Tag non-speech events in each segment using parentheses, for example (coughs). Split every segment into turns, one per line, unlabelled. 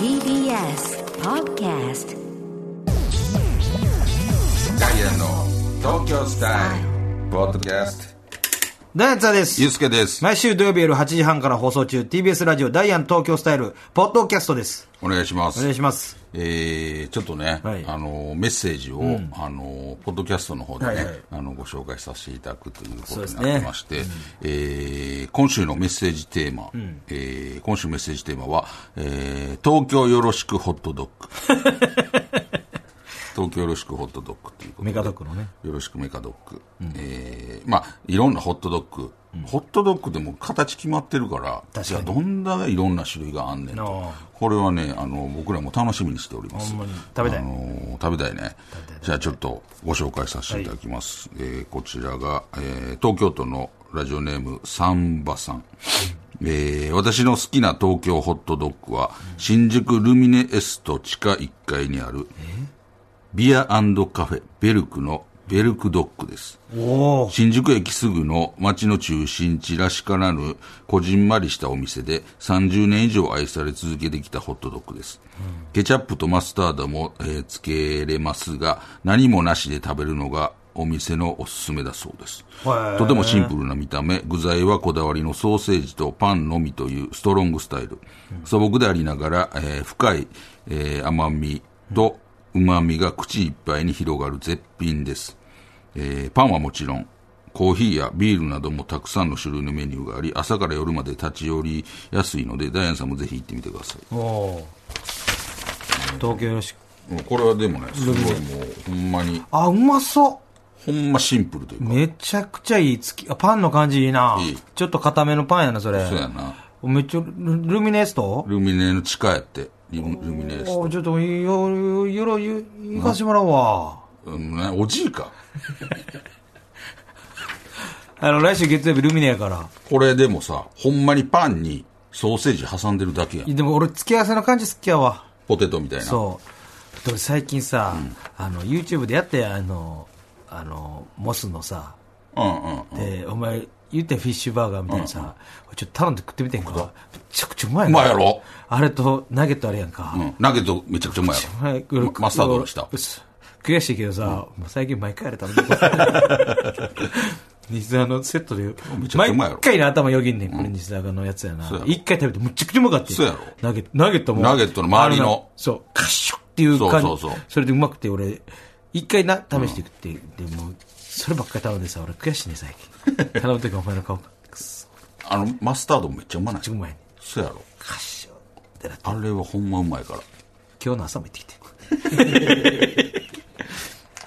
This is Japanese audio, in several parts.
TBS Podcast
ダイアンの東京スタイルポッドキャスト
ダイアンツァです
ゆう。すけです
毎週土曜日夜8時半から放送中、TBS ラジオダイアン東京スタイル、ポッドキャストです。
お願いしま
お願
す
いします。
えーちょっとね、
はい
あのメッセージを、あのポッドキャストの方でね、
はいはい
あのご紹介させていただくというこ
そ
と
うで
に
す
な
ね
ってまして、えー今週のメッセージテーマ、えー今週メッセージテーマは、えー東京よろしくホットドッグ
(laughs)
東京よろしくホットドッグということで
メカドッグのね。
よろしくメカドッグ、えーまあいろんなホットドッグ、ホットドッグでも形決まってるから
確
じゃ
か
あ
に
どんないろんな種類があんねんと
ああ
これはねあの僕らも楽しみにしております
ほんまに食べたい
あのー食べたいねじゃあちょっとご紹介させていただきます、えーこちらが、えー東京都のラジオネームサンバさん、えー私の好きな東京ホットドッグは、新宿ルミネエスト地下1階にあるビアカフェベルクのベルクドッグです。
おお。
新宿駅すぐの街の中心地らしからぬこじんまりしたお店で30年以上愛され続けてきたホットドッグです、ケチャップとマスタードも、えーつけれますが何もなしで食べるのがお店のおすすめだそうです
へえ
とてもシンプルな見た目具材はこだわりのソーセージとパンのみというストロングスタイル、素朴でありながら、えー深い、えー甘みと旨みが口いっぱいに広がる絶品ですえーパンはもちろん、コーヒーやビールなどもたくさんの種類のメニューがあり、朝から夜まで立ち寄りやすいので、ダイアンさんもぜひ行ってみてください。
おお。東京よろしく。
もうこれはでもね、すごいもう、ほんまに、
あ、うまそ
ほんまシンプルという
う。
か、
めちゃくちゃいい。つきあパンの感じいいな。
いい
ちょっと固めのパンやな、それ。
そうやな。
めっちゃ、ルルミネスト
ルミネの地下やって、ルルミネです。
おーちょっと、よ、よ、よ、よ、行かしてもらうわ。
うんね、おじいか。
あの、来週月曜日ルミネやから。
これでもさ、ほんまにパンにソーセージ挟んでるだけやん。
でも俺、付け合わせの感じ好きやわ。
ポテトみたいな。
そう。でも最近さ、あの、YouTube でやって、あの、あの、モスのさ、
うんうんうん。
で、お前、言ってフィッシュバーガーみたいなさ、ちょっと頼んで食ってみてんか。めちゃくちゃうま
う
いな
まいやろ
あれと、ナゲットあれやんか。
うん。ナゲットめちゃくちゃうまいや
はい
ろ。ママスタードの
し
した。
悔しいけどさ、もう最近毎回あれ食べてた。 (laughs) 西沢のセットで
めち、ゃくちゃうまいやろ
毎回の頭よぎんねん、これ西沢のやつやな
そうや。ろ
一回食べてむちゃくちゃうまかったよ
そうやろ
ナゲット、ナゲットも。
ナゲットの周りの
あなそう、カシュッっていう感じ。
そうそうそう
それでうまくて、俺、一回な、試していくって、でも、そればっかり頼んでさ、俺悔しいね、最
(laughs)
近。頼むときお前の顔、くっそ、
あの、マスタードめっちゃうまない
ちょうまいね。
そうやろ。
カシュッってなって
あれはほんまうまいから。
今日の朝も行ってきて。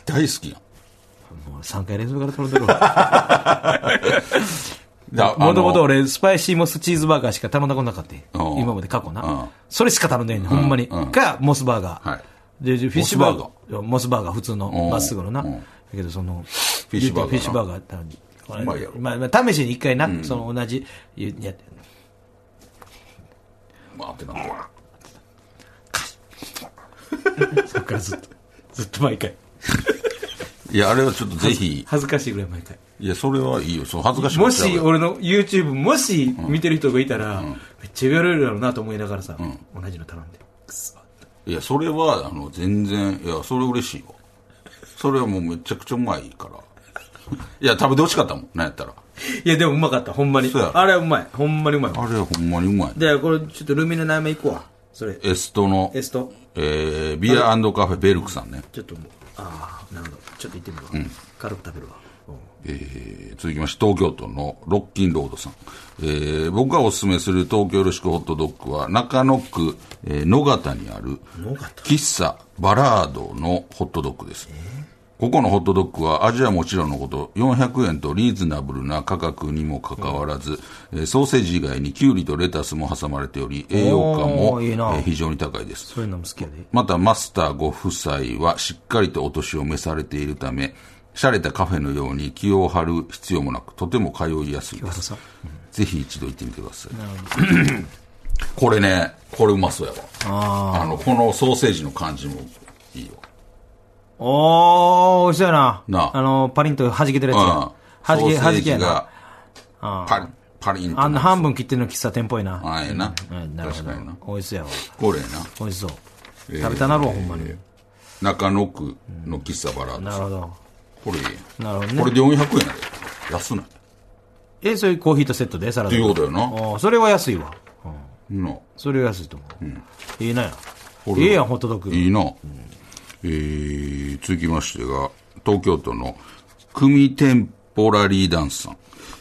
大好きやん。
もう3回連続から頼んでるわ。
だ
もともと。
あの
俺、スパイシーモスチーズバーガーしか頼んだことなかった
うん。
今まで過去
うん
な。それしか頼んでんねん、ほんまに。
うん
か、モスバーガー。
はい
で、でフィッシュバー
モ
ガー。モスバーガー、普通の、
うん
まっすぐのな。
うん
だけど、その、
フィッシュバーガーな
フィッシュバーガー頼んで
うまいやろ
まあ、まあ試しに一回な、その同じ、いや
まあ、ってなんか。
そっからず
(laughs)
っと、ずっと毎回。
いや、あれはちょっとぜひ、
恥ずかしいぐらい毎回。
いや、それはいいよ。そう、恥ずかしく
も
なっちゃう
し、
よ
俺の YouTube、もし見てる人がいたら、めっちゃ言われるだろうなと思いながらさ、同じの頼んで。くそ
いや、それは、あの、全然、いや、それ嬉しいわ。それはもうめちゃくちゃうまいから。 (laughs) いや、食べてほしかったもん。なんやったら。
いや、でもうまかった、ほんまに
そうや。ろ
あれはうまい。ほんまにうまいわ。
あれはほんまにうまい。
で、これ、ちょっとルミネの合間行くわ。それ、
エストの、
エスト。
えー、ビアカフェベルクさんね。
ちょっともう、ああ、なるほど。ちょっと行ってみるわ。軽く食べるわ。うん
えー続きまして東京都のロッキンロードさん、えー僕がおすすめする東京よろしくホットドッグは中野区、えー野方にある喫茶バラードのホットドッグです、ここのホットドッグは味はもちろんのこと400円とリーズナブルな価格にもかかわらず、えーソーセージ以外にキュウリとレタスも挟まれており栄養価も
おーいいな
えー非常に高いです
そういうのも好きやで。
またマスターご夫妻はしっかりとお年を召されているため、洒落たカフェのように気を張る必要もなく、とても通いやすいです。ぜひ一度行ってみてください。これね、これうまそうやわ。あの、このソーセージの感じもいいよ。
おー、美味しそうやな。
なあ
あの、パリンと弾けてるやつや。
うん。
弾け、
ソーセ
弾
ー
け
ジ
やな。
が、パリッパリンと
あんな半分切ってるの喫茶店っぽいな。
ああええな
うんうんなるほど
確かにな。
美味しそうやわ。
これな
美味しそう。食べたなるわ、ほんまに。
中野区の喫茶バラード
な
さ
る
ん
ほど。
これええやん
なるほどね
これで400円やで安ないっ
え、それコーヒーとセットでサラダ。
ていうことよな
ああそれは安いわ。うん
な
それは安いと思う。ええなや。
これ
ええやん、ホットドッグ。
いいな、えー、続きましてが東京都の組テンポラリーダンスさん、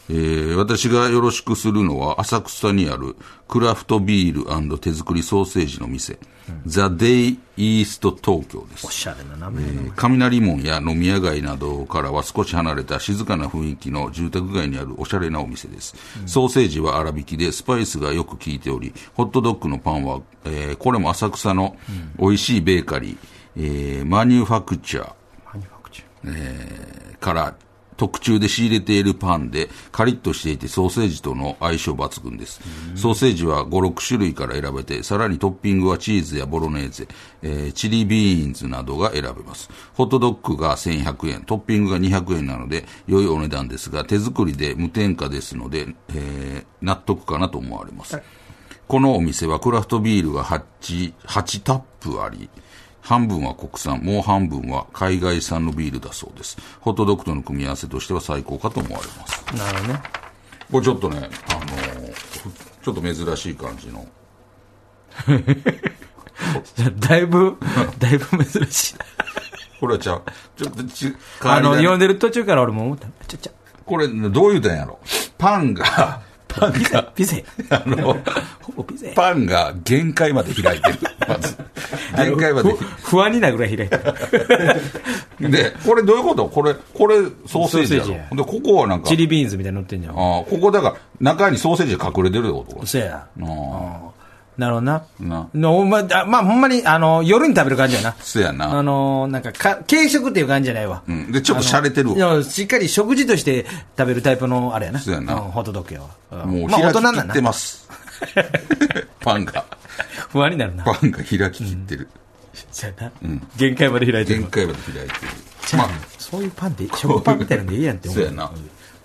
えー、私がよろしくするのは浅草にあるクラフトビール手作りソーセージの店、ザ・デイ・イースト東京です
おしゃれな名前だな
雷門や飲み屋街などからは少し離れた静かな雰囲気の住宅街にあるおしゃれなお店です、ソーセージは粗挽きでスパイスがよく効いておりホットドッグのパンは、えーこれも浅草の美味しいベーカリー、えーマニュファクチャー
マニュファクチュ
えーから特注で仕入れているパンでカリッとしていてソーセージとの相性抜群ですソーセージは56種類から選べてさらにトッピングはチーズやボロネーゼ、えーチリビーンズなどが選べますホットドッグが1100円トッピングが200円なので良いお値段ですが手作りで無添加ですので、えー納得かなと思われますこのお店はクラフトビールが 8, 8タップあり、半分は国産、もう半分は海外産のビールだそうです。ホットドッグとの組み合わせとしては最高かと思われます。
ー。なるほどね。
これちょっとね、あのーちょっと珍しい感じの。
(laughs) だいぶ、だいぶ珍しいな。
これはちゃう。ちょっとち、
あ
変
の、
わ
読
り
んでる途中から俺も思った。ちゃちゃ。
(laughs) 種これ、どう言うたんやろ。パンが、パンが、
ピゼ。
あの、
ほぼピゼ。
パンが限界まで開いてる。まず。限界まで
ふ。不安になるぐらい開
(laughs)
いた。
で、これどういうことこれ、これ、ソーセージや
ソーセージ
ろ。で、ここはなんか、
チリビーンズみたいに乗ってんじゃん。
ああ、ここだから、中にソーセージが隠れてるってこと
そ
あ
や。
あ、
なるほどな。
な
のほんまあまあ、ほんまに、あの、夜に食べる感じやな。
そや
あ
な。
の、なんかか、軽食っていう感じじゃないわ。
うん。で、ちょっと洒落てる
い
わ。
やしっかり食事として食べるタイプのあれやな。
そうやなん
ホットドッグやわ。うん
もう
ま
開
あ
き
大人なん
き
だ
って
な。 (laughs)
ます。パンが、
不安になるな。
パンが開ききってる。
(laughs) そうやな。限界まで開いてる
限
わ。
界まで開いて
じ
る。
ゃ
ま
あ
あ、
(laughs) そういうパンで、食パンみたいなんでいいやんって思う。
そうやなん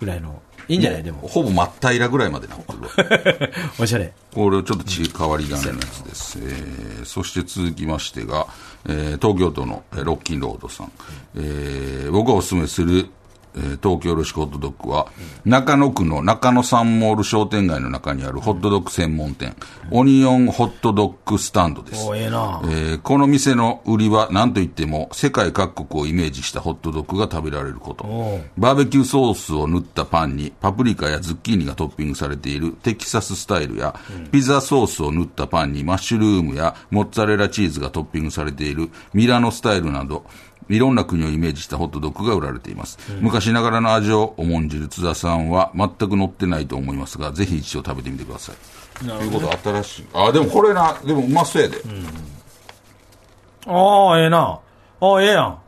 ぐらいの。いいんじゃないでも。 (laughs)
ほぼ真っ平らぐらいまでなってるわ。
おしゃれ。
これをちょっとち変わり種のやつです、えーそして続きましてが、えー東京都のえーロッキンロードさん、えー僕がおすすめする、えー東京よろしくホットドッグは、中野区の中野サンモール商店街の中にあるホットドッグ専門店、オニオンホットドッグスタンドです
おーええな
え。ーこの店の売りは何と言っても世界各国をイメージしたホットドッグが食べられること
おう
バーベキューソースを塗ったパンにパプリカやズッキーニがトッピングされているテキサススタイルや、ピザソースを塗ったパンにマッシュルームやモッツァレラチーズがトッピングされているミラノスタイルなどいろんな国をイメージしたホットドッグが売られています、昔ながらの味を重んじる津田さんは全く乗ってないと思いますがぜひ一度食べてみてくださいということは新しいあでもこれなでもうまそうやで、
ああ、ええな。ああ、ええやん。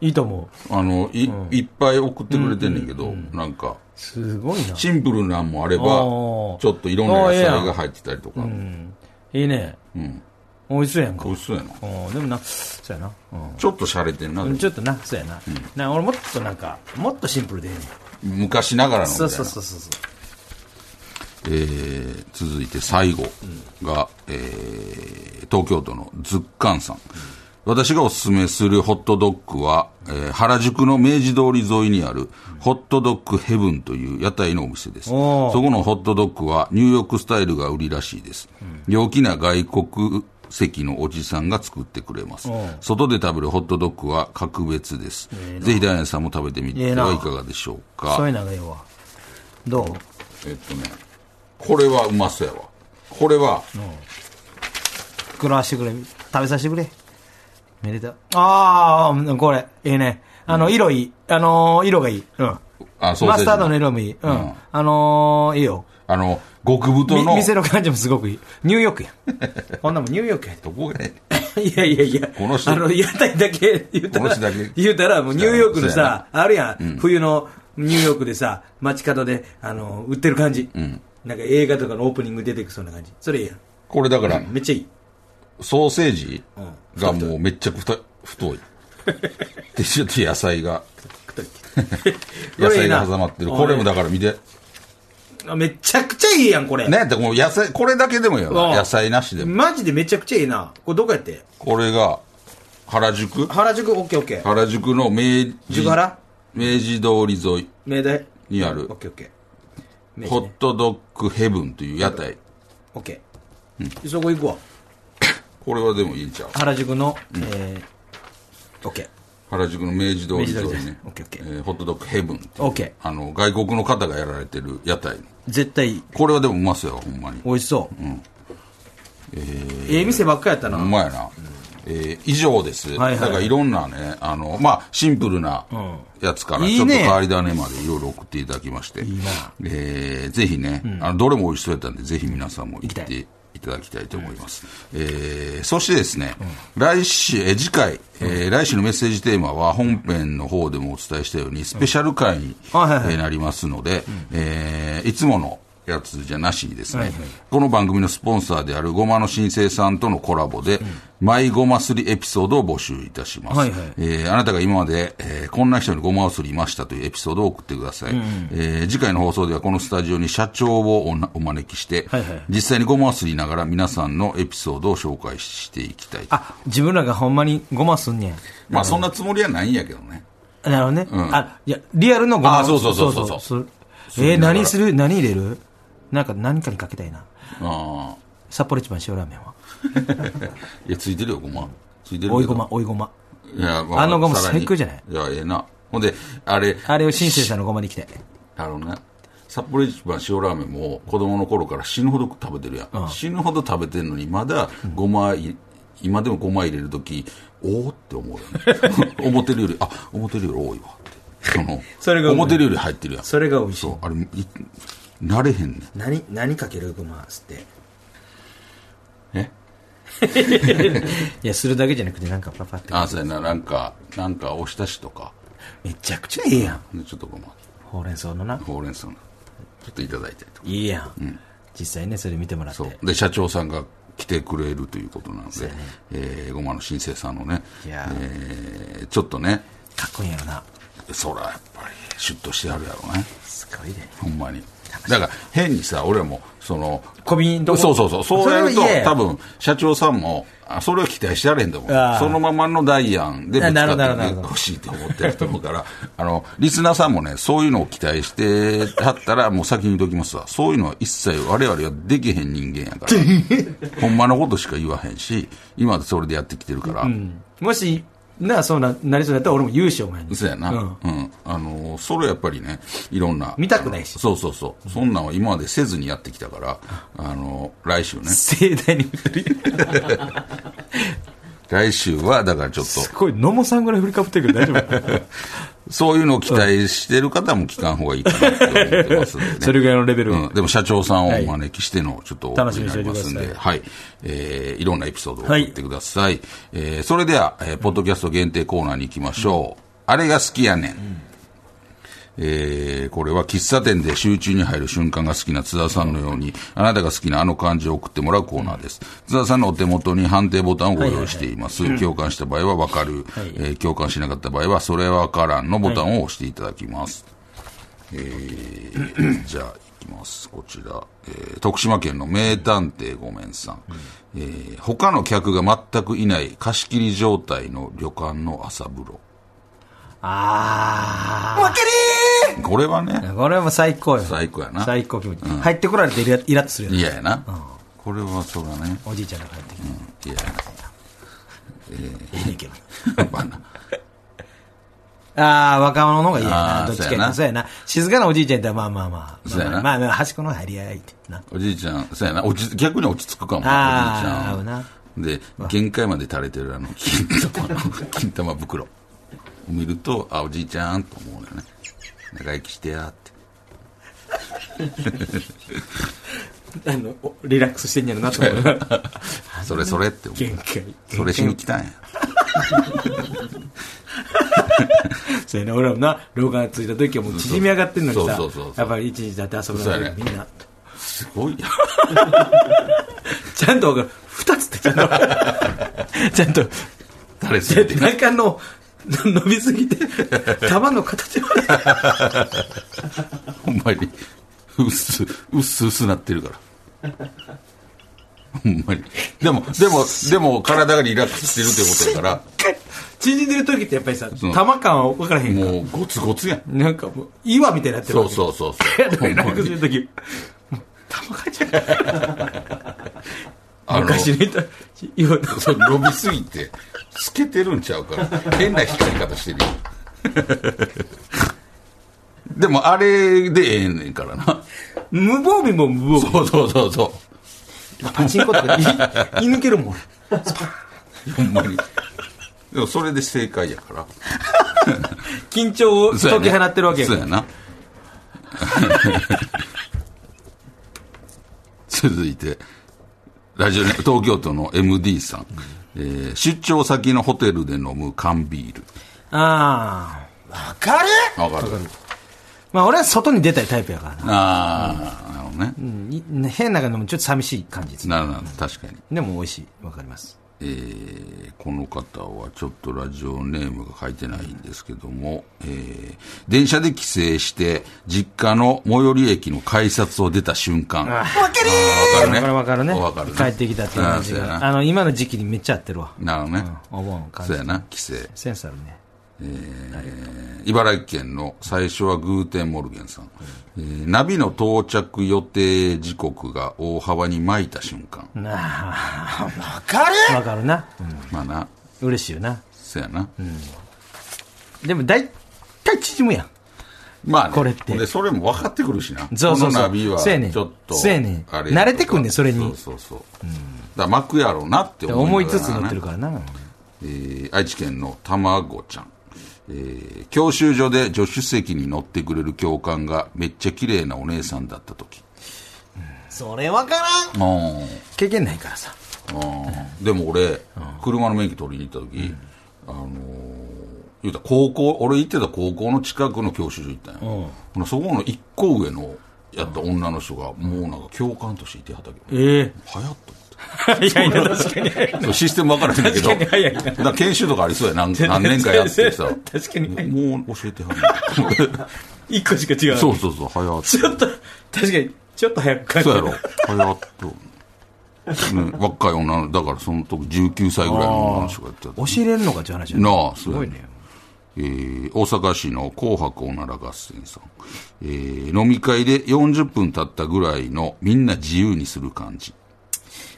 いいと思う。
あのい,、いっぱい送ってくれてんねんけど、なんか
すごいな。
シンプルなんもあれば
おー
ちょっといろんな野
おーええや
菜
ん
が入ってたりとか、
いいね。うん。美味しそうやんか
美。味しそうやな
うんでもな、そうやな。うん
ちょっと洒落てんな、でも
ちょっとな、そうやな。な俺もっとなんか、もっとシンプルでええねん。
昔ながらのみた
そ
いうな
そうそうそう。
えー続いて最後が、えー東京都のズッカンさん、私がおすすめするホットドッグは、えー原宿の明治通り沿いにあるホットドッグヘブンという屋台のお店ですそ
おー
このホットドッグはニューヨークスタイルが売りらしいです、陽気な外国席のおじさんが作ってくれます
ん
外で食べるホットドッグは格別です、ぜひダイアンさんも食べてみてはいかがでしょうか
そういうのがええわ。どう
えっとね、これはうまそうやわ。これは、
食らわしてくれ。食べさせてくれ。めでた。ああ、これ、ええね。あの、色いい。あのー、色がいい。うん。
あ、ソー
マ
セー
スター
ジ
ドの
の。
色もいい。うん。
うん
あのー、いいよ。
あの、極太
み
の。
店の感じもすごくいい。ニューヨークや。 (laughs) こんなもんニューヨークや。
どこがね
いやいやいや、
この人
あの屋台だけ言った
この
ら、
人だけ
言うたら、もうニューヨークの
そうや
さ、あるやん、冬のニューヨークでさ、街角で、あの、売ってる感じ、なんか映画とかのオープニング出てくそうな感じ。それいいやん。
これだから、
めっちゃいい。
ソーセージがもうめっちゃくた
(laughs)
太い。で、ちょっと野菜が、
くっときて (laughs)
野菜が挟まってる。
こ
こ
れ
れ
いい
も
な
だから見て。
あめちゃくちゃいいやん、これ。
ね、でも野菜、これだけでもいいよ
うん
な。野菜なしでも。
マジでめちゃくちゃいいな。これどこやって
これが、原宿
原宿、オッケーオッケー。
原宿の明治
宿原
明治通り沿い
明大
にある
オッ、ケーオッケー。
ホットドッグヘブンという屋台。
オッケー。そこ行くわ。
これはでもいいんちゃう
原宿の、えー、オッケー。
原宿の明治通り沿い
明治通りです
ね
オッケーオッケ。
え
ー
ーホットドッグヘブンっていう
オッケ
あの、外国の方がやられてる屋台。
ー。絶対いい。
これはでもうまそうやわ、ほんまに。
美味しそう。ええ店ばっかやったな。
ほんまやな。えー以上です。
はいはい
だからいろんなね、あの、まあ、シンプルなやつから、
いいね
ちょっと変わり種までいろいろ送っていただきまして、えーぜひね、あの、どれも美味しそうやったんで、ぜひ皆さんも行
行
っ
きた
ていただきたいと思います。えーそしてですね、来週、えー次回、えー来週のメッセージテーマは、本編の方でもお伝えしたように、スペシャル回に、
あはいはい
えーなりますので、えーいつものやつじゃなしにですね、この番組のスポンサーであるごまの新生さんとのコラボで、マイごますりエピソードを募集いたします。
はいはい
えーあなたが今まで、えーこんな人にごまをすりいましたというエピソードを送ってください。えー次回の放送ではこのスタジオに社長をおなお招きして、
はいはい
実際にごまをすりながら皆さんのエピソードを紹介していきたいと。
あ、自分らがほんまにごますんねや。
まあそんなつもりはないんやけどね。
なるほどね。あ、いや、リアルのごま
あそうそうそうそう
するえー何する何入れるなんか、何かにかけたいな。
ああ。
札幌一番塩ラーメンは。
(laughs) いや、ついてるよ、ごま。ついてるけど
おいごま、おいごま。
いや、ま
あのゴム
さらに
最高じゃない
いや、ええな。ほんで、あれ、
あれを新生さんのごまでいきたい。
あのね、札幌一番塩ラーメンも子供の頃から死ぬほど食べてるやん。死ぬほど食べてるのに、まだごまい、今でもごま入れるとき、おおって思うよね。 (laughs) 思ってるより、あ、思ってるより多いわって。その、
(laughs) それがうまい
思ってるより入ってるやん。
それが美味し
そ。、
いう
あれ、い慣れへんねん。
何、何かけるごま吸って。
え
(laughs) いや、するだけじゃなくて、なんかパパって。
あ、そうやな、なんか、なんかおひたしとか、
めちゃくちゃええやん。
ねちょっとごま、
ほうれん草のな。
ほうれん草の、ちょっといただいたりとか。
いいやん。実際ね、それ見てもらって。
そうで社長さんが来てくれるということなので、えー、ごまの新生さんのね、
い
え
やー
ーちょっとね、
かっこいいんやろな。
そらやっぱり、シュッとしてあるやろうね、
すごいね。
ほんまに。だから変にさ、俺らもその、
小瓶
そう
と
そうそう、そうやる
そ
と
れは嫌、や
多分社長さんも、あそれを期待してられへんと思う
あー、
そのままのダイアンでぶつか
あなるほどな
って
るほど
ほしいと思ってると思うから、 (laughs) あのリスナーさんもね、そういうのを期待してはったら、もう先に言うときますわ、そういうのは一切我々はできへん人間や
(laughs)
から、ほんまのことしか言わへんし、今までそれでやってきてるから、
もし、なあ、そうな、なりそうだったら俺も優勝お前に。
そうやな、
うん
うんあのそれやっぱりね、いろんな、
見たくないし
そうそうそう、そんなんは今までせずにやってきたから、あの来週ね、
盛大に振り。
来週はだからちょっと。
すごい、野茂さんぐらい振りかぶってるけど大丈夫
そういうのを期待してる方も聞かん方がいいかなって思ってますんでね。 (laughs)
それぐらいのレベル。
うん、でも社長さんをお招きしてのちょっとお送りになりますん
楽しみにしておいてく
で、
だ
はい。えーいろんなエピソードを送ってください。えーそれでは、えーポッドキャスト限定コーナーに行きましょう。あれが好きやねん。えーこれは喫茶店で集中に入る瞬間が好きな津田さんのように、あなたが好きなあの漢字を送ってもらうコーナーです。津田さんのお手元に判定ボタンをご用意しています。共感した場合はわかる、えー共感しなかった場合はそれはわからんのボタンを押していただきます。じゃあ、いきます。こちら、えー徳島県の名探偵ごめんさん。えー他の客が全くいない貸し切り状態の旅館の朝風呂。
あー。わか
これはね、
これはもう最高よ。
最高やな。
最高気持ちいい。入ってこられてイライラッとするや
嫌やな。これはそらね、
つ。おじいちゃんが入ってきて。
嫌や
いいねんけど。
な。まあな (laughs)
あー、若者の方がいいやな。
あー
どっちかやな。そ
そう
やな。静かなおじいちゃんやったらまあまあまあ。
そうやな
まあまあまあ、端っこの方が入りやいってな。
おじいちゃん、そうやな。落ち逆に落ち着くかも
あー合
な、お
う
じいちゃん
な。
で、限界まで垂れてるあの、金玉の、 (laughs) 金玉袋を見ると、あ、おじいちゃんと思うよね。長生きしてやって。
あの、おリラックスしてんやろなと思う。
(laughs) それそれって思う。
限界。
それしに来たんや。
そうやな、俺らもな、廊下がついた時はもう縮み上がってんのにさ
そうそうそう、そう
やっぱり一日だって遊ぶの
そうや
に
ね
みんな、
すごいやん。
ちゃんとわかる。二つってちゃんとわか
(laughs)
る。ちゃんと、
垂れすぎて
で
ね。
中の、伸びすぎて、玉の形まで。
ほんまに。うっす、うっすうっすなってるから。ほんまに。でも、でも、でも体がリラックスしてるってことやか
縮んでる時ってやっぱりさ、
ん
玉感は分からへ
ら、
んか
もうゴツゴツやん。
ら。なんかもう、岩みたいになって
そ
るわ
う
け。
そうそうそう。ほん
リラ
ま
ックスす
に
る時、玉かちゃう。
あの
昔の人、岩の
そう伸びすぎて、透けてるんちゃうから、変な光り方してるよ。でも、あれでええねんからな。
無防備も無防備。
そうそうそうそ
パチンコとかで言い抜けるもん。
う。ほんまに。でも、それで正解やから。
緊張を
そうや
解
ね
き放ってるわけや
そうやな。 (laughs) 続いて、ラジオネーム東京都の MD さん。えー出張先のホテルで飲む缶ビール。
ああ。
わかる
わかる。
まあ俺は外に出たいタイプやからな。
ああ、なるほどね。
い変ながでもちょっと寂しい感じです。
なるほど、確かに。
でも美味しい。わかります。
えーこの方はちょっとラジオネームが書いてないんですけども、えー電車で帰省して、実家の最寄り駅の改札を出た瞬間。わかるー
わかるわかるね。
わかるね
帰ってきたっていう感じ
うんそうや
が。
な
あの、今の時期にめっちゃ合ってるわ。
なるほどね。
お盆感
そう。
じ
やな、帰省。
センスあるね。
茨城県の最初はグーテンモルゲンさん。えーナビの到着予定時刻が大幅に巻いた瞬間。
なあ、
わかる
わかるな。
まあな、
うん。嬉しいよな。
そうやな。
でも大体縮むやん。
まあ、ね、
これって
で、それも分かってくるしな。
そうそうそう
このナビは、
そうやねん
ちょっと、
そうやねん
あれとか
慣れてくんねんそれに
そうそうそう。だから巻くやろうなって思
思
い
い
な
つ
が
つ
らね
乗ってるからな。
えー愛知県のたまごちゃん。えー教習所で助手席に乗ってくれる教官がめっちゃ綺麗なお姉さんだった時。
それわからん
あー
経験ないからさ。
あーでも俺、車の免許取りに行った時、あのー言うたら高校、俺行ってた高校の近くの教習所行ったんや。ほなそこの一個上のやった女の人が、もうなんか教官としていてはったけど、
ええ。
流行っ
早いな、確かに。
たそうシステム分からへんねんけど、
確かに早いな
だから研修とかありそうや、何何年かやってさ、
確かに早い
もう教えては
(laughs) 一個しか違
る
う。
そうそうそう、流行っ
ちょっと、確かに、ちょっと早く帰る。
そうやろ。流行った。ね、若い女の、だからその時19歳ぐらいの女の人がやってた。
教えれるのかっていう話やな
なあ、す
すごいね。。
えー大阪市の紅白おなら合戦さん、えー飲み会で40分経ったぐらいのみんな自由にする感じ。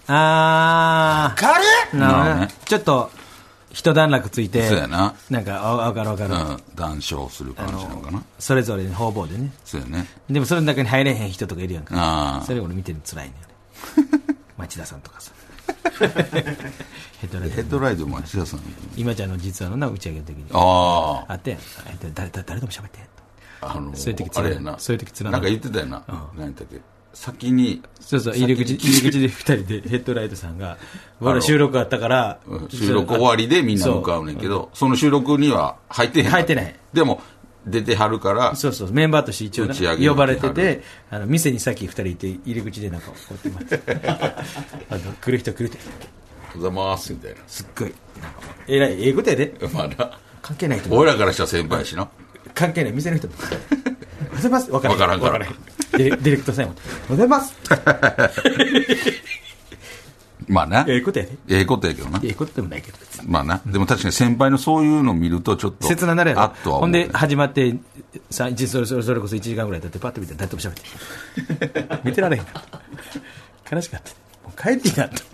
あ
わかる
ー、なるほど
なあ
ね
ね。
ちょっと、一段落ついて、
そうやな。
なんか、あわかるわか
う
る。
ん、談笑する感じなのかな。
それぞれの方々でね。
そうやね。
でもそれの中に入れへん人とかいるやんか。
あ
それ俺見てるの辛いねん。 (laughs) 町田さんとかさ。ヘッドライ
あ。ヘ
ト
ッ。ドライト町田さん。
今ちゃんの実はのな打ち上げの時に。
ああ。
あってん、えっと誰誰誰とも喋ってんと。
あの、
そういう時つ
あ
らい
れやな。
そういう時つらい
なんか言ってたよな。何やったっけ。先に、
そうそう、入り (laughs) 口、入り口で二人で、ヘッドライトさんが、ほら収録あったから
うん、収録終わりでみんな向かうねんけど、その収録には入ってへん。
入ってない。
でも、出てはるから、
そうそう、メンバーとして一応
打ち上げ
な呼ばれて
打ち上
て、あの、店にさっき二人いて、入り口でなんか、こうやっ
(laughs)
て待っててあの、来る人来る人、
おざますみたいな。
すっごい、なんか、えらい、ええことやで。
(laughs) まだ。
関係ないと思う
俺らからしたら先輩やしな。
関係ない、店の人も。おはようございます。わから
わ
ん。
からんから
わんディレディレクトさんも。おはようございます。
まあな。
ええことやで。
ええことやけどな。
ええことでもないけど、別に
まあな。でも確かに先輩のそういうの見るとちょっと。
切ななるや
あ
ろ
っとは思
ほ
うんけ
で
ど。
始まってさ一それそれそれこそ1時間ぐらい経ってパッと見て誰とも喋って見てられへんから悲しかったもう帰っていいなと思って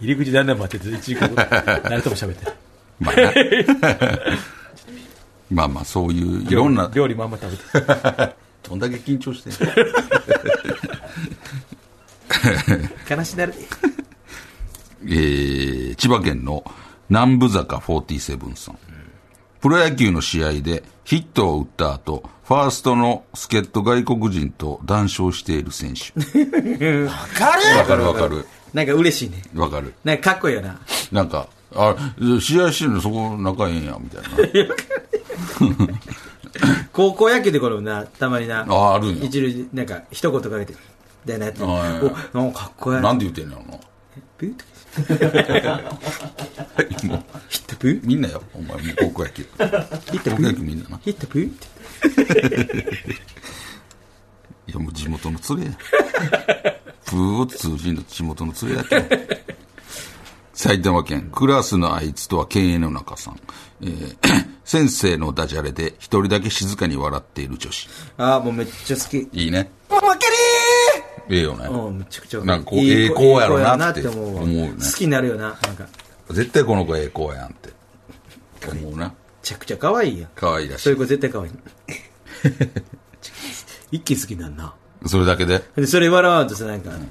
入り口だんだん待ってて1時間ぐらい誰とも喋ってない
まあな。まあまあそういう、いろんな、
料理もあんま食べて
どんだけ緊張してんの
悲しな
(laughs)
る
えー千葉県の南部坂47さん。プロ野球の試合でヒットを打った後、ファーストの助っ人外国人と談笑している選手。
わかる
わかるわかる。
なんか嬉しいね
わかる。
なんかかっこいいよな
なんか、あ、試合してるのそこ仲ええんや、みたい
高校野球でこれなたまにな
な。あ、あるんや。
一塁なんか一言かけてでなやってお
あはいはい
なんかかっこいい
なん
で
で言うてんのやろな。
ビューって
もう
ヒットブー
(laughs) みんなよ、お前、もう高校野球。高校野球みんなな。
ヒットブーって
いや、もう地元の連れや。プーを通じんの地元の連れやけど。埼玉県、クラスのあいつとは犬猿の中さん。えー (coughs) 先生のダジャレで一人だけ静かに笑っている女子。
ああ、もうめっちゃ好き。
いいね。
ママキリ
ええよね。
うん、めちゃくちゃ
なんかこう
いい
ええ子やろなって
ええ子やなって思うわ。
思うね
好きになるよな。なんか、め
絶対この子ええ子やんって。思うな。
ちゃくちゃ可愛いやん。
可愛いらし
そういう
い。
子絶対可愛い。 (laughs) 一気に好きになるな。
それだけで。
で、それ笑わんとさ、なんか、あ、も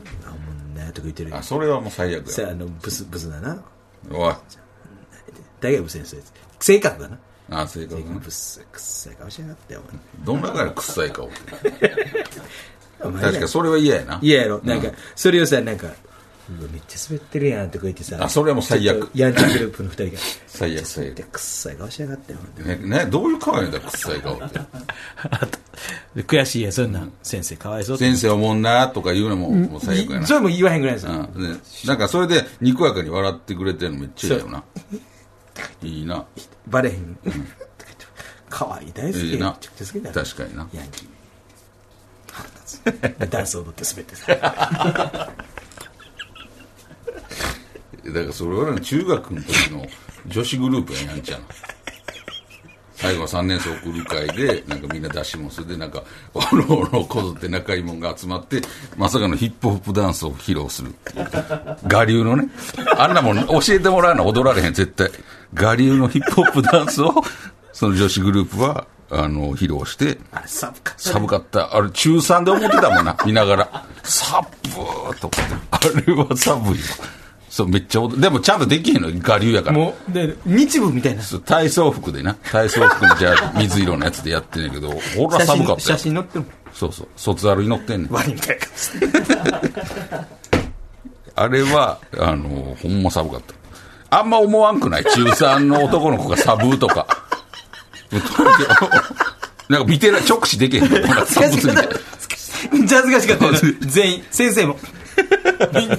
うね、とか言ってるや
あ、
ん。
それはもう最悪
さ
や。
あ、の、ブス、ブスだな。
おい。
大学先生です。性格だな。
あ、性格ね
ブス、くっさい顔しやがって、お前。
どんなからくっさい顔って。
お前
確かそれは嫌やな。
嫌やろ。なんか、それをさ、なんか、うわめっちゃ滑ってるやんとか言ってさ、
あそれはもう最悪
ちょっとヤンチャグループの二人が、
最悪最悪
で、。くっさい顔しやがって、ほんで
ね、ね、どういう顔やねんだ、くっさい顔 (laughs) って。
悔しいやん、そんなん、先生かわいそうって
先生思んなとか言うのも、もう最悪や
い
な
そ。れも言わへんぐらいですよ。
うん。ねなんかそれで、にこやかに笑ってくれてるのめっちゃいいよな。いいな。
バレへん。 (laughs) かわいい、大好き。
いいな
めちゃくちゃ好きだな
確かにな。
ヤンキー。腹立つ。ダンス踊って滑ってさ。
だからそれ俺らの中学の時の女子グループややんちゃな最後の3年生送る会でなんかみんな出し物でなんかおろおろこぞって仲いいもんが集まってまさかのヒップホップダンスを披露する我流のねあんなもん教えてもらうの踊られへん絶対我流のヒップホップダンスをその女子グループはあの披露して
(laughs) あれ、寒かった。
寒かった。あれ、中3で思ってたもん
(laughs)
な、見ながら。サブーと思って。あれは寒いよ。そう、めっちゃ踊る、でもちゃんとできへんの、我流やから。
もう、で、日舞みたいな。
そう体操服でな、体操服のじゃあ水色のやつでやってんねんけど、ほら
写
寒かっ
真、
た
写
よ。
真載っても、
そうそう、卒アルに乗ってんねん。
ワニみたいな感じで。
あれは、あの、ほんま寒かった。あんま思わんくない中3の男の子がサブーとか。 (laughs) なんか見てない、直視できへんの。なんかサブーみたいな
めっちゃ恥ずかしかったよな全員先生もみんな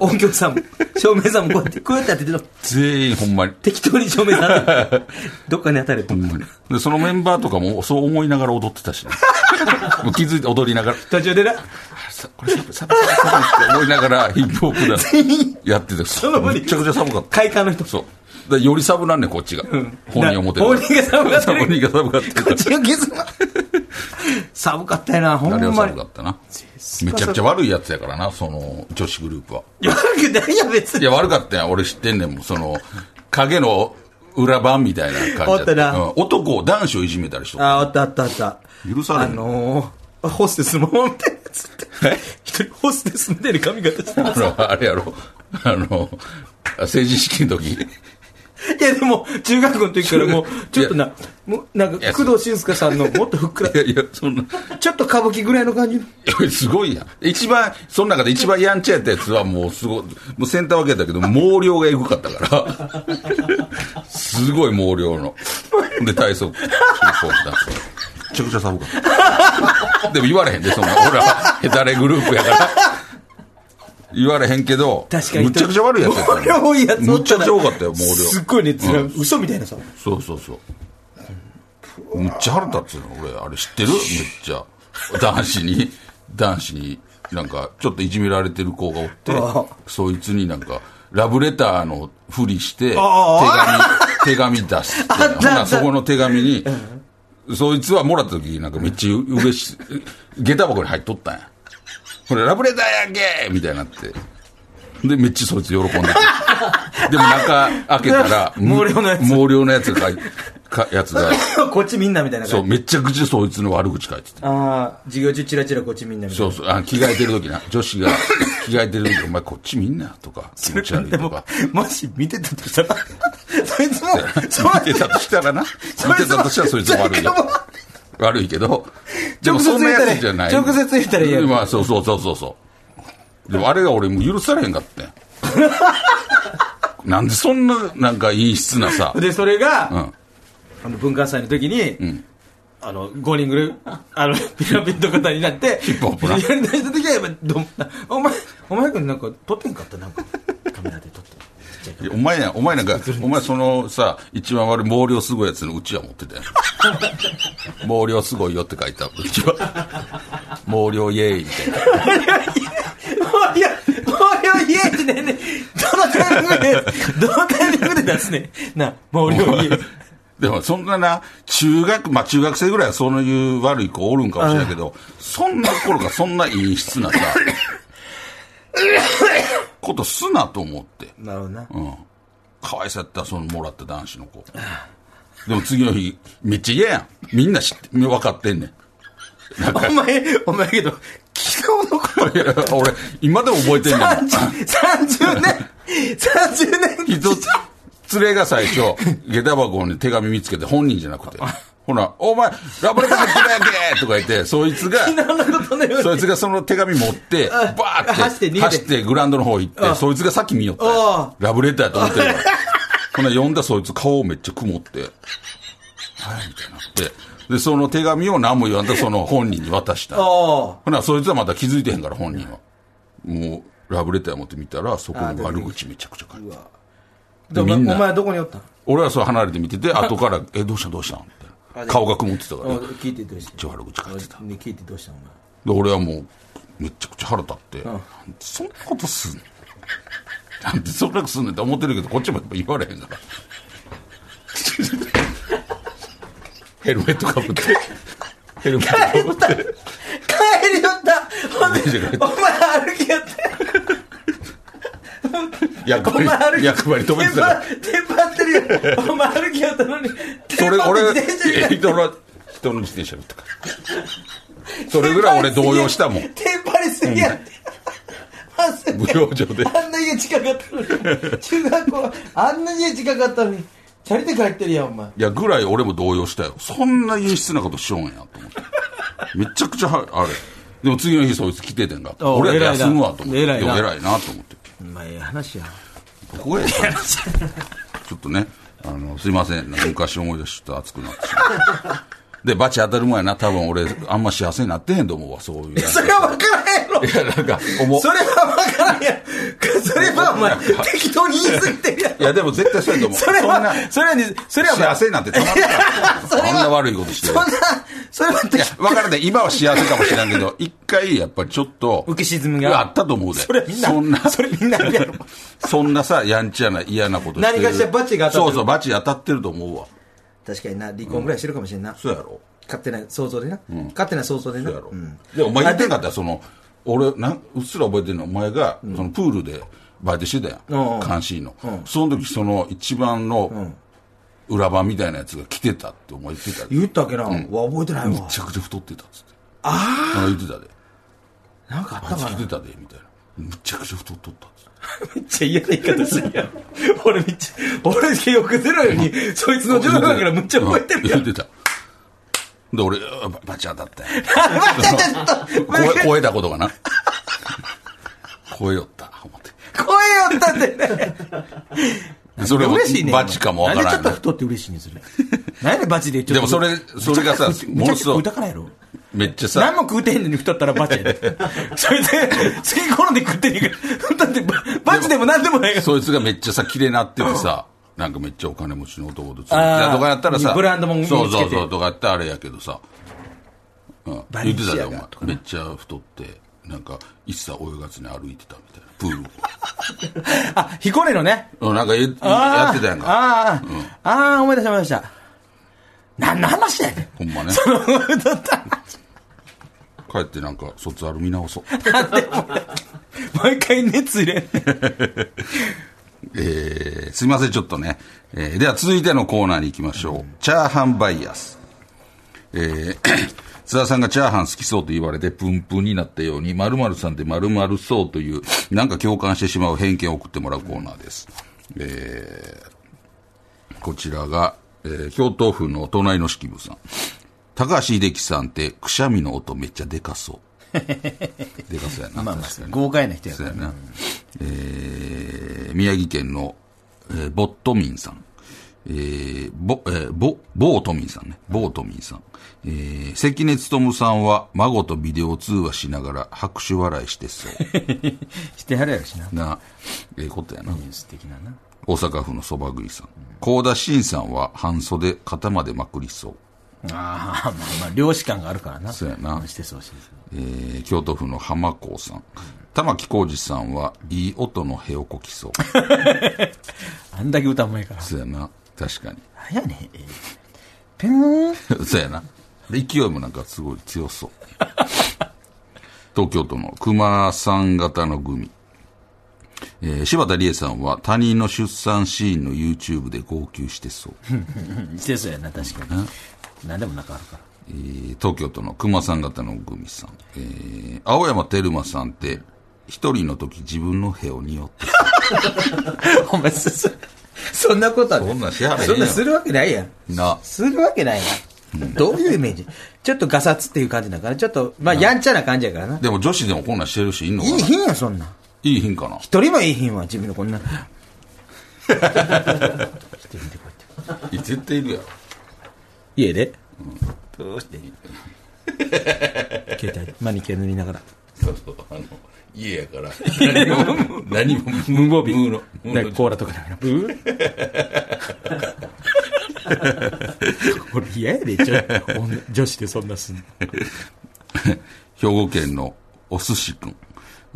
音響さんも照明さんもこうやってこうやってやってての
全員ほんまに。
適当に照明さんでどっかに当たると思う
で、そのメンバーとかもそう思いながら踊ってたし
(laughs)
ね、もう気づいて踊りながら、
途中でな
さこれ寒い寒い寒いって思いながらヒップホップダンスやってて、
の場に
めちゃくちゃ寒かった。
快感の人
そう。でより寒なんねんこっちが。本人思って
本人が寒がってる
本人が寒かった
こっちのゲスは寒かったよなほ
あれ
ん
は
ま
寒
に
かったな。めちゃくちゃ悪いやつやからな、その女子グループは。
悪くないよ別
い
に
や、悪かったやん。俺知ってんねん。もうその、影の裏番みたいな感じや
おったな
うん男を、男子をいじめたりしとった
ああったあったあった
許されへん
あのー、ホステスのままみたいなやつって一人ホステスみたいな髪型して
あの、あれやろ。あの、成人式の時。
いやでも中学校の時からもうちょっとなもうなん
いや
か工藤静香さんのもっとふっくら
いやいや、そんな。
ちょっと歌舞伎ぐらいの感じの
いやすごいやん。一番、その中で一番やんちゃやったやつはもうすごい、もうセンター分けやったけど、毛量がエグかったから。すごい毛量の。で、体操服、中高ダンス。めちゃくちゃ寒かった。でも言われへんで、そんな。俺は、ヘタレグループやから。言われへんけど、
確かに
むちゃくちゃ悪いやつやった
毛量多いやつおったな
むちゃくちゃ多かったよ、毛量。
すっごいね、つら嘘みたいなさ。
そうそうそう。むっちゃ腹立つの、俺、あれ知ってるめっちゃ。男子に、男子に、なんか、ちょっといじめられてる子がおって
ああ、
そいつになんか、ラブレターのふりして、手
あ
紙、手紙出して、
あったあった
ほな、そこの手紙に、そいつはもらった時なんかめっちゃ嬉しい、下駄箱に入っとったんや。これラブレターやんけみたいになって。で、めっちゃそいつ喜んでて。でも中開けた
(laughs)
ら、
毛量のやつ
毛量のやつが書い、かやつが、
(laughs) こっちみんなみたいな
そう、
感じ。
めちゃくちゃそいつの悪口書いてて。
ああ、授業中チラチラこっちみんなみたい
そ
な。
うそう、あ着替えてる時な。女子が着替えてる時、お前こっち見んなとか、気持ち悪い
で
と
も
か。、
もし見てた
(laughs)
としたら、そいつも、そ
見てたとしたらな。見てたとしたらそいつも悪いよ。悪いけど。でもそんなやつじゃない。
直接言ったらいいやん
まあ、そうそうそうそうそう。でもあれが俺もう許されへんか
(laughs)
ってん。なんでそんな、なんか陰湿なさ。
で、それ
う
が、
ん。
あの、文化祭の時に、あの、5人ぐらい、あの、ピラミッド型になって、ヒ
ップホップな
やりだした時は、やっぱどんなお前、お前くんなんか撮ってんかった、なんか。カメラで撮って。ちっちゃい
いやお前や、お前なんか、お前そのさ、一番悪い毛量すごいやつのうちわ持ってたやん。毛量すごいよって書いたうちわ。毛量イエーイみたいな。
おいや、毛量イエーイねね、どのタイミングで、どのタイミングで出すねん。な、毛量イエーイ。
でもそんなな、中学、まあ中学生ぐらいはそういう悪い子おるんかもしれないけど、そんな頃がそんな陰湿なさ、ことすなと思って。
なるほどな。
うん。かわいそうやった、そのもらった男子の子。でも次の日、めっちゃ嫌やん。みんな知って、分かってんね (laughs) ん。
お前、お前やけど、昨日の頃、
いや俺、今でも覚えてんねん。
30 30年、30年、
一つ、連れが最初、下駄箱に手紙見つけて、本人じゃなくて。ほな、お前、ラブレターの来たやんけとか言って、そいつ
(laughs)
が、
昨日のことのように。
そいつがその手紙持って、バーって、
走って逃げて
グラウンドの方行って、そいつがさっき見よったん
お
や
う。
ラブレターやと思ってるから。ほな、読んだそいつ顔めっちゃ曇って、はい、みたいになって。で、その手紙を何も言わんと、その本人に渡した。
おー
ほな、そいつはまだ気づいてへんから、本人は。もう、ラブレター持ってみたら、そこに悪口めちゃくちゃ書いてあるで
お
みん
前お
な、
前どこにおったん
俺はそう離れて見てて、後から、え、どうしたんどうしたんって。顔が曇ってたから、
お
めっ
聞いてどうした
ちゃ悪口書いてた。
ね聞いてどうしたんお前。
で俺はもうめっちゃくちゃ腹立って、なんでそんなことすんのなんでそんなことすんねんって思ってるけどこっちもやっぱ言われへんからヘルメットかぶってヘルメッ
(laughs)
トかぶって
帰りよったほんで
電車帰っ
お前歩きよった
役
お前歩
割
き
役割止めてたから
テンパテンパってるよお前歩きよったのに
それ俺
テンパって自転車に
人の人の自転車乗ったからそれぐらい俺動揺したもん
テンパりすぎやって忘
無
れて
表情で
あんな家近かったのに中学校あんな家近かったのにチャリで帰ってるやんお前
いやぐらい俺も動揺したよそんな陰湿なことしようんやと思ってめちゃくちゃはあれでも次の日そいつ来ててんが
お
俺ら
偉いな
休むわと思って
偉いな
や偉いなと思って
まあええ話や
ここへちょっとねあのすいませんなんか昔思い出してちょっと熱くなってしまったでバチ当たる前やな多分俺あんま幸せになってへんと思うわそういうやつ
(laughs) それは分からへんやろ
いやなんか思う
それは分からんやんそれはお前適当に言い過ぎてるやん
いやでも絶対そうやと思う
それ
んな
は、それはね、それは、
幸せになってたまんない
(laughs) それは
あんな悪いことして
そんな、それは、
いや、わからない。今は幸せかもしれんけど、一回、やっぱりちょっと、
浮き沈みが
あったと思うで。
それみんな
そんな、
それみんなあるやろ。
そんなさ、やんちゃな嫌なことしてる。
何かしらバチが当たってる
そうそう、バチ当たってると思うわ。
確かにな、離婚ぐらいしてるかもしれんな。
そうやろ。
勝手な想像でな。勝手な想像で
そ
な。
うやろ。
うん
で、お前言ってんかったら、その、俺、なん、うっすら覚えてるの、お前が、そのプールでバイトしてたや
うん
ん。監視員の。その時、その一番の、裏番みたいなやつが来てたってお前言ってたで
言ったっけな、うわ、覚えてない
め
わ。
ちゃくちゃ太ってたっつって。ああ。言ってたで。
なんかあ
あ
った
いつ
か
来
な。
てたで、みたいな。むちゃくちゃ太っとったっつって。
めっちゃ嫌な言い方するやん。俺めっちゃ、俺記憶ゼロように、そいつの情報からむっちゃ覚えてるやん。
言ってた。で、俺、あバチ当たったよ。
待って、ちょっと、
超え、超えたことがな。超えよった、思って。
声をったってね。
でそれも
嬉しいね。
バチかもわから
なん
ん
でち
な
ょっと太って嬉しい
(laughs)
ね、それ。なんでバチでちょっと
でもそれそれがさ
めちゃくちゃ
ものすごい
めちゃくちゃ食うたからやろ。
めっちゃ
何
さ、
も食うてへんのに太ったらバチ
(laughs)
やで。それで、次好んで食ってんねんから。だってバ、バチでも何でもないから。
そいつがめっちゃさ、綺麗になっててさ、なんかめっちゃお金持ちの男とつる
あー
とかやったらさ、
ブランドも身につけて
そうそうそう、とかやったらあれやけどさ、うん、言
バレ
っ
ン
て
シ
た
ア
で、
ガ
お前
と。
めっちゃ太って、なんか一切泳がずに歩いてたみたいな、プールを。
あ、彦根のね。
(laughs) うんなんかえや
あー
ってたやんか。
あー、あー、思い出した思い出した。何の話やね
ほ
ん。
んま
(laughs)
ね。
太った。
帰ってなんか卒アル見直そう。 (laughs)
毎回熱入れんねん。
えーすいません、ちょっとね。えーでは続いてのコーナーに行きましょう。チャーハンバイアス。えー (coughs) 津田さんがチャーハン好きそうと言われてプンプンになったように、〇〇さんで〇〇そうという、なんか共感してしまう偏見を送ってもらうコーナーです。えーこちらが、えー京都府の隣の式部さん。高橋秀樹さんって、くしゃみの音めっちゃでかそう。で (laughs) かそうやな。確かに
豪快な人や
そうやな。えー、宮城県の、えー、ボットミンさん。えー、ぼ、えー、ぼ、ボートミンさんね。ボートミンさん。えー、関根勤さんは孫とビデオ通話しながら拍手笑いしてそう。
してはるやろしな。
(laughs) な、ええことやな。
素敵なな。
大阪府のそば食いさん。高田真さんは半袖、肩までまくりそう。
ああ、まあまあ、漁師感があるからな。
そうやな
してそうしてそう
えー京都府の浜子さん。玉木浩二さんは、いい音のへをこきそう。
あんだけ歌うまいから。
そうやな。確かに。
なんやねん。えーペン
(laughs) そうやな。で勢いもなんかすごい強そう。 (laughs) 東京都の熊さん型のグミ。えー柴田理恵さんは他人の出産シーンの YouTube で号泣してそう。
うんしてそうやな、確かに。何でもなんかあるから。
えー東京都の熊さん型のグミさん。えー青山テルマさんって、一人の時自分の部を匂って。
(laughs) お前、そ、そそんなことはね
そんなんしはれへんやん
そんなんするわけないやん。
な
するわけないやん。どういうイメージちょっとガサツっていう感じだから、ちょっと、まあ、やんちゃな感じやからな。
でも女子でもこんなんしてるし、いんのか
い
ない
品や、そんなん。
いい品かな
一人もいい品は、自分のこんな。
いや絶対いるやろ。
家で。どうして携帯、マニキュア塗りながら。
そうそう、あの、家やから。何も、何も、無防備。無の。無
なん
の
かコーラとかだから、ブー (laughs) 俺嫌やで、ちょ女女子でそんなすんの。
兵庫県のお寿司くん。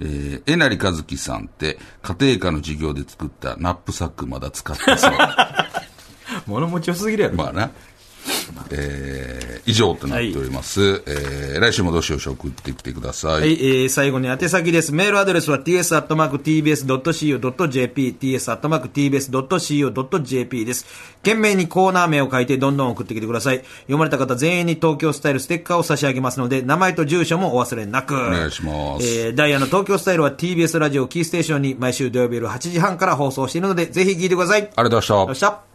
えー、えなりかずきさんって、家庭科の授業で作ったナップサックまだ使ってそう。
物持ちよすぎるやろ。
まあな。えー、以上となっております。えー、来週もどしどし送ってきてください。
はい、えー最後に宛先です。メールアドレスは ts.tbs.co.jp、ts.tbs.co.jp です。懸命にコーナー名を書いてどんどん送ってきてください。読まれた方全員に東京スタイルステッカーを差し上げますので、名前と住所もお忘れなく。お
願いします
えーダイヤの東京スタイルは TBS ラジオをキーステーションに毎週土曜日夜8時半から放送しているので、ぜひ聞いてください。あり
ありがとう
がとう
ございました
ございま。した。